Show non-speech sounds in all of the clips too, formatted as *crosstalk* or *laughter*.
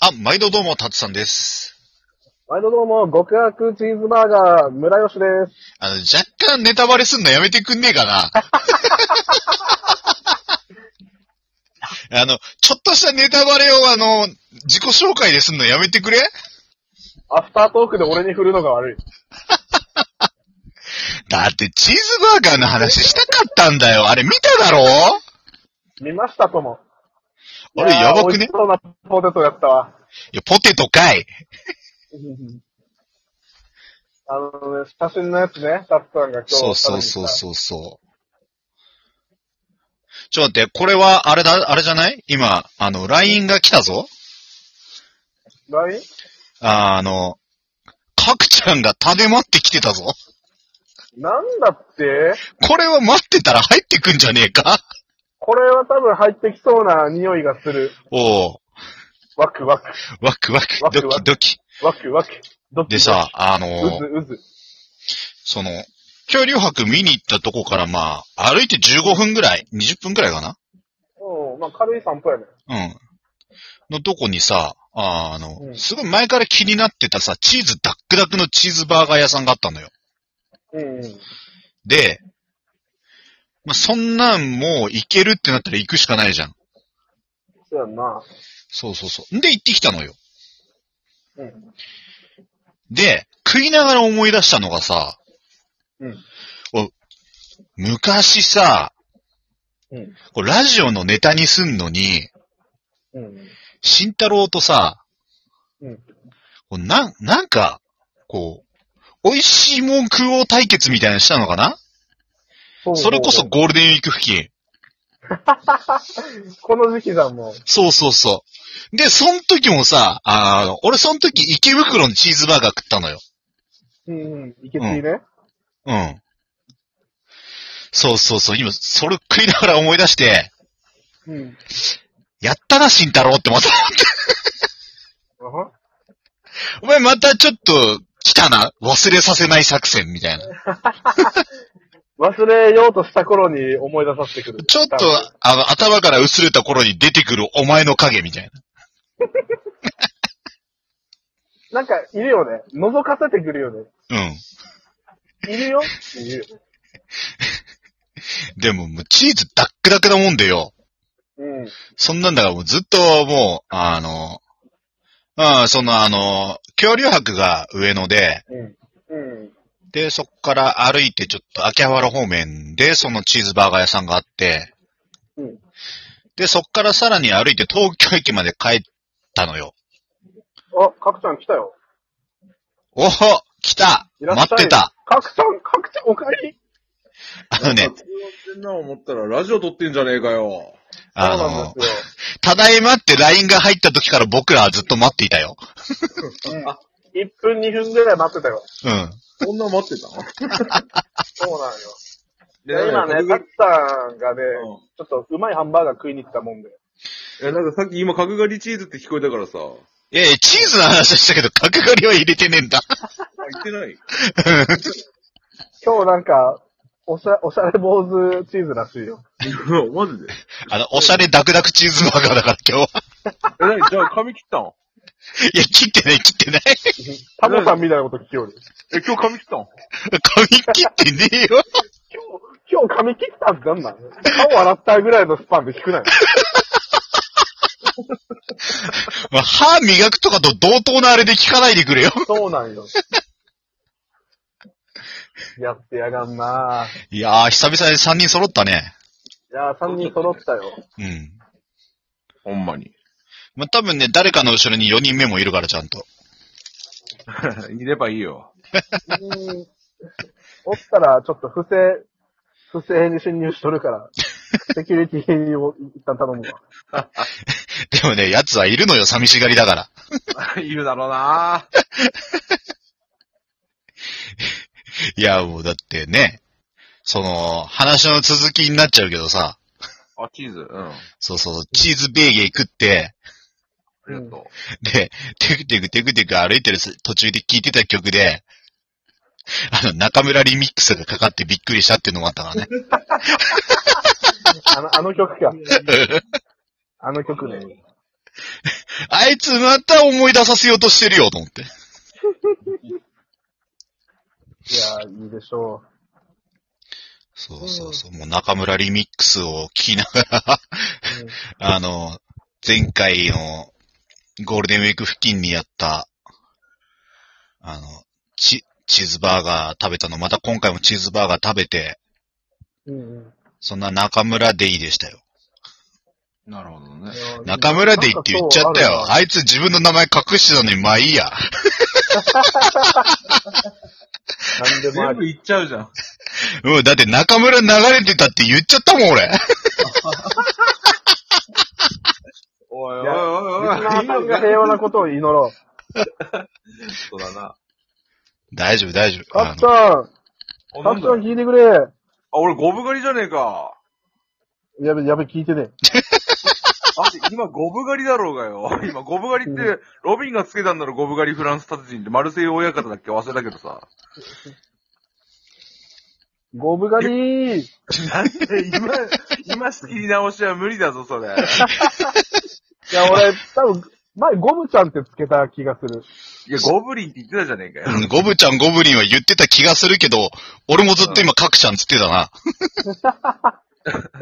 あ、毎度どうも、たつさんです。毎度どうも、極悪チーズバーガー、村吉です。あの、若干ネタバレすんのやめてくんねえか *laughs* な。あの、ちょっとしたネタバレを、あの、自己紹介ですんのやめてくれアフタートークで俺に振るのが悪い。だって、チーズバーガーの話したかったんだよ。あれ見ただろ見ましたとも。あれいーやばくね美味しそうなポテトやったわ。 *laughs* いや、ポテトかい。あのね、写真のやつね、タッツさんが今日。そうそうそうそうそう。ちょ、待って、これは、あれだ、あれじゃない今、あの、LINE が来たぞ。う。何あーあの、かくちゃんが種まってきてたぞ。なんだってこれは待ってたら入ってくんじゃねえか *laughs* これは多分入ってきそうな匂いがする。おおワクワク。ワクワクワ、クドワキクドキ。ワクワク。どっちでさ、、あのうーずうず。その、恐竜博見に行ったとこからまあ、歩いて15分ぐらい、20分ぐらいかなうん、まあ軽い散歩やね。うん。のとこにさ、あーあの、うんすごい前から気になってたさ、チーズダックダックのチーズバーガー屋さんがあったのよ。うん、うん。で、まあ、そんなんもう行けるってなったら行くしかないじゃん。そうやんな。そうそうそう。んで行ってきたのよ。うん。で、食いながら思い出したのがさ、うん。昔さ、うん。こうラジオのネタにすんのに、うん。慎太郎とさ、うんこうなん、なんか、こう、美味しいもん食おう対決みたいなのしたのかなうそれこそゴールデンウィーク付近。この時期だもん。そうそうそう。で、その時もさ、あの、俺その時池袋のチーズバーガー食ったのよ。うんうん。いけついね。うん。そうそうそう、今、それ食いながら思い出して、うん。やったな、慎太郎ってまた、 *laughs* あはお前またちょっと来たな、忘れさせない作戦みたいな。忘れようとした頃に思い出させてくる。ちょっと多分、あの、頭から薄れた頃に出てくるお前の影みたいな。なんか、いるよね。覗かせてくるよね。うん。いるよっていう。でも、もうチーズダックダックなもんでよ。うん。そんなんだからもうずっともう、あの、ああそのあの、恐竜博が上野で、うん。うん。で、そこから歩いてちょっと秋葉原方面で、そのチーズバーガー屋さんがあって、うん。で、そこからさらに歩いて東京駅まで帰ったのよ。あ、かくちゃん来たよ。おほ来たいらっしゃい。待ってた。かくちゃん、かくちゃん、おかえり。あのねなん、か通話してんな思ったら、ラジオ撮ってんじゃねえかよ。あそうなんの、でただいまって LINE が入った時から僕らはずっと待っていたよ。すよ。うん。1分、2分ぐらい待ってたよ。うん。こんな待 *laughs* ってたのそうなんよ。いやで、今ね、なかんかくさんがね、うんちょっとうまいハンバーガー食いに行ったもんで。いや、なんかさっき今、角刈りチーズって聞こえたからさ。あいやいや、チーズの話はしたけど、角刈りは入れてねえんだ。言ってない。今日なんか、おしゃ、おしゃれ坊主チーズらしいよ。い *laughs* やマジで。あの、おしゃれダクダクチーズバーガーだから今日は。え、なにじゃあ髪切ったんいや、切ってない、切ってない。タモさんみたいなこと聞きよる。え、今日髪切ったん髪切ってねえよ。今日、今日髪切ったってなんなん顔洗ったぐらいのスパンで *laughs* 聞くなよ。まあ、歯磨くとかと同等なあれで聞かないでくれよ。そうなんよ。やってやがんないやー、久々に3人揃ったね。いやー、3人揃ったよ。うん。ほんまに。まあ、多分ね、誰かの後ろに4人目もいるから、ちゃんと。 *laughs* いればいいよ。 *laughs* うーん。おったら、ちょっと不正、不正に侵入しとるから、セキュリティを一旦頼むわ。でもね、奴はいるのよ、寂しがりだから。いるだろうないや、もうだってね、その、話の続きになっちゃうけどさ、あ、チーズ。うん。あそうそうそう、チーズベーゲー食って、りがとで、テクテクテクテク歩いてる途中で聴いてた曲で、あの、中村リミックスがかかってびっくりしたっていうのもあった *laughs* からね。あの、あの曲か。あの曲ね。あいつまた思い出させようとしてるよ、と思って。いやー、いいでしょそうそうそう。もう中村リミックスを聞きながら、う。うんあの、前回のゴールデンウィーク付近にやった、あの、チチーズバーガー食べたの、また今回もチーズバーガー食べて、うんうんそんな中村デイでしたよ。なるほどねい。やー。中村デイって言っちゃったよ。あいつ自分の名前隠してたのに、まあいいや。なんでもあ全り。部いっちゃうじゃん。うん、だって中村流れてたって言っちゃったもん、俺。おいおいおいいやおい。リスナーさんが平和なことを祈ろう。そうだな。 *laughs* 大丈夫、大丈夫。カあの、ットン、カあ、なッんトンだ聞いてくれ。あ、俺五分狩りじゃねえか。やべ、やべ、聞いてね。あ、今五分狩りだろうがよ。 *laughs* 今五分狩りって、ロビンがつけたんだろ、五分狩りフランス達人って、マルセイユ親方だっけ忘れたけどさ。ゴブ狩りー。なんで今、今仕切り直しは無理だぞ、そ *laughs* れ。いや、俺、多分、前、ゴブちゃんってつけた気がする。いや、ゴブリンって言ってたじゃねえかよ。うんゴブちゃん、ゴブリンは言ってた気がするけど、俺もずっと今、カクちゃんつってたな。ま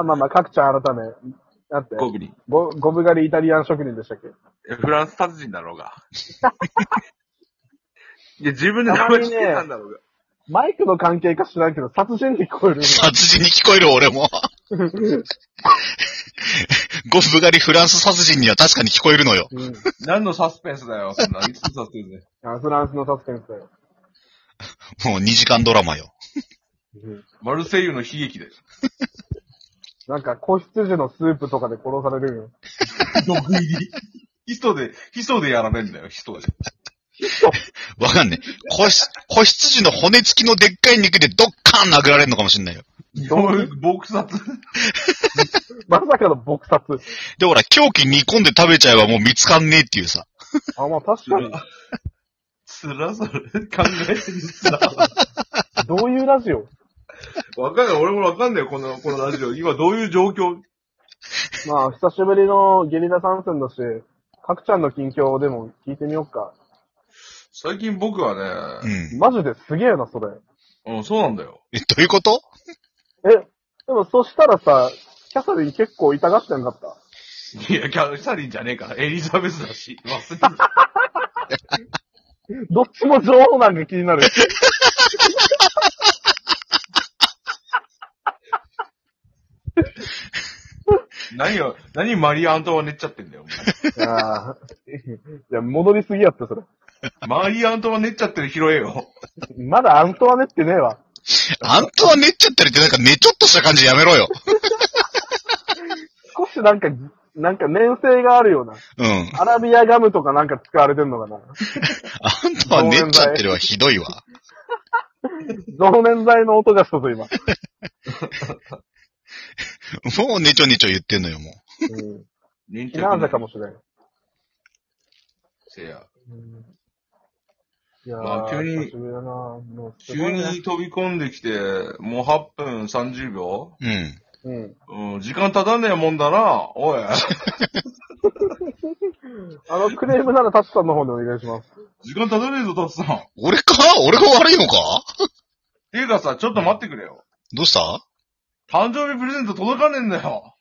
あまあまあ、カクちゃん改め。だって、ゴブリン。ゴゴブ狩りイタリアン職人でしたっけフランス達人だろう *laughs* が。いや、自分で名前つけたんだろうが。マイクの関係か知らんけど、殺人に聞こえる。殺人に聞こえる、俺も。 *laughs* ゴブ狩りフランス殺人には確かに聞こえるのよ。うん。何のサスペンスだよ、そんな。いつサスペンスだよ。あフランスのサスペンスだよ。もう2時間ドラマよ。うんマルセイユの悲劇 *laughs* だよ。なんか、子羊のスープとかで殺されるよ。毒入り。ヒソで、ヒソでやられんだよ、ヒソで。わかんねえ。子羊子羊の骨付きのでっかい肉でドッカーン殴られるのかもしんないよ。撲殺。まさかの撲殺。で、ほら、狂気煮込んで食べちゃえばもう見つかんねえっていうさ。あ、まあ確かに。つらそれ。考えてみた。どういうラジオわかんない。俺もわかんないよ、この、このラジオ。今どういう状況まあ、久しぶりのゲリラ参戦だし、かくちゃんの近況でも聞いてみようか。最近僕はうね、ん。マジですげえな、それ。うん、そうなんだよ。え、どういうことえ、でもそしたらさ、キャサリン結構痛がってなかった。いや、キャサリンじゃねえから、エリザベスだし。忘れてたどっちも女王なんか気になる。何を、何マリーアントワネっちゃってんだよ、お前いやーいや、戻りすぎやって、それ。マリーアントワネっちゃってる拾えよ。まだアントワネってねえわ。あんたは寝っちゃったりってなんか寝ちょっとした感じやめろよ。少しなんか、なんか粘性があるような。うん。アラビアガムとかなんか使われてんのかな。あんたは寝っちゃってるはひどいわ。同年代の音がしたぞ、今。もう寝ちょ寝ちょ言ってんのよ、もう。うん。人避難者かもしれん。せや。うんいやー、まあ急に久しぶりだなもうすご急いねに飛び込んできて、もう8分30秒うん。うん。うん、時間経たねえもんだな、お *laughs* い。あの、クレームならタツさんの方でお願いします。時間経たねえぞ、タツさん。っ俺か俺が悪いのかていうかさ、ちょっと待ってくれよ。どうした誕生日プレゼント届かねえんだ *laughs* よ。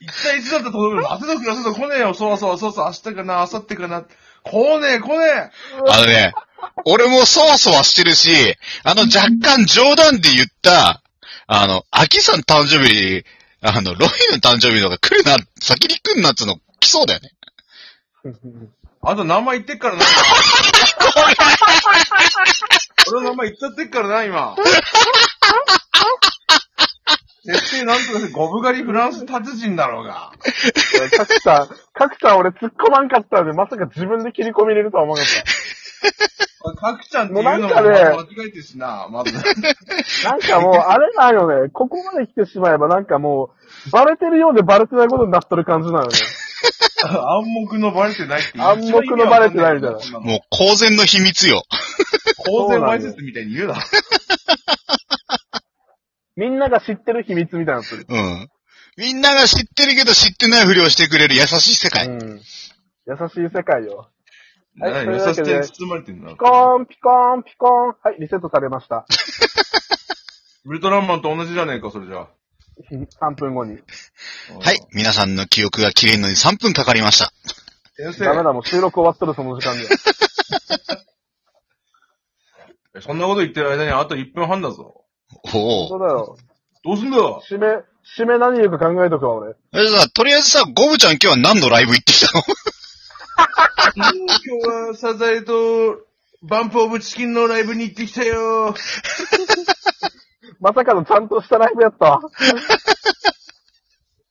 一対一だったら届くの。汗とくよ、汗と来ねえよ。そうそうそうそう、明日かな、明後日かな。来ねえ、来ねあのね、俺もそわそわしてるし、あの若干冗談で言った、あの、秋さん誕生日、あの、ロイの誕生日の方が来るな、先に来るなっつうの来そうだよね。え。あと名前言ってっからな。俺の名前言っちゃってっからな、今。設定なんとかでゴブ狩りフランス達人だろうが。カクさん、カクさん俺突っ込まんかったんで、まさか自分で切り込み入れるとは思わなかっかくちゃんっていうのももうなんかね間違えてるしな、まず。た。なんかもう、あれなんよね。ここまで来てしまえばなんかもう、バレてるようでバレてないことになってる感じなのね。暗黙のバレてないっていう。暗黙のバレてないみたいなもう公然の秘密よ。公然わいせつみたいに言う *laughs* な。みんなが知ってる秘密みたいになってる。うん。みんなが知ってるけど知ってないふりをしてくれる優しい世界。うん。優しい世界よ。はいなとい優うわしさけでに包まれてんなピ。コーン、ピコーン、ピコーン。はい、リセットされました。ウルトラマンと同じじゃねえか、それじゃあ。 3分後に。はい。皆さんの記憶が切れるのに3分かかりました。先生ダメだ、もう収録終わっとる、その時間で。そんなこと言ってる間にあと1分半だぞ。おそお。うだよ。どうすんだよ締め、締め何言うか考えとくわ、俺。えさ、とりあえずさ、ゴブちゃん今日は何のライブ行ってきたの今日はサザエとバンプオブチキンのライブに行ってきたよ。まさかのちゃんとしたライブやったわ。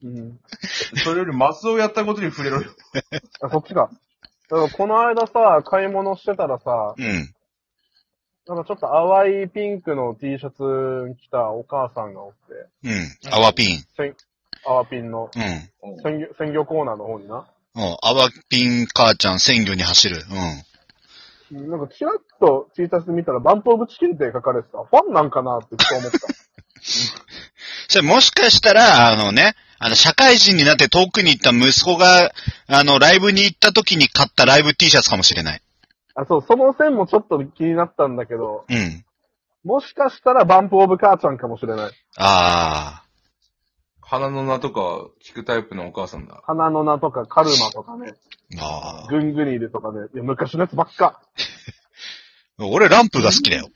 うん。それよりマスをやったことに触れろよ。あ、そっちか。だからこの間さ、買い物してたらさ、うん。なんかちょっと淡いピンクの T シャツ着たお母さんがおって、うん。アワピン。淡ピンのうん。鮮魚鮮魚コーナーの方にな。うん。アワピン母ちゃん鮮魚に走る。うん。なんかチラッと T シャツ見たらバンプオブチキンって書かれてた。ファンなんかなってちょっと思った。それもしかしたら、あのね、あの、社会人になって遠くに行った息子が、あの、ライブに行った時に買ったライブ T シャツかもしれない。あ、そう、その線もちょっと気になったんだけど、うん。もしかしたらバンプオブ母ちゃんかもしれない。あ花の名とか聞くタイプのお母さんだ。花の名とかカルマとかね、ー。あー。グングリールとかね、いや、昔のやつばっか。俺ランプが好きだよ。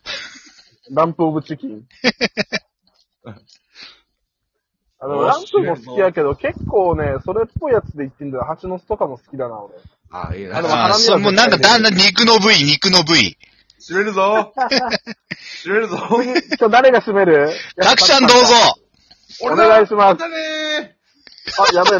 ランプオブチキン。あの、ランプも好きやけど、結構ね、それっぽいやつで言ってんだよ。蜂の巣とかも好きだな、俺。ああ、いいあなで。もあー花見はそう、もうなんかだんだん肉の部位、肉の部位。知れるぞ。知れるぞ。今日誰が締めるたくちゃんどうぞお願いしますだねー。あ、やべえ、ラ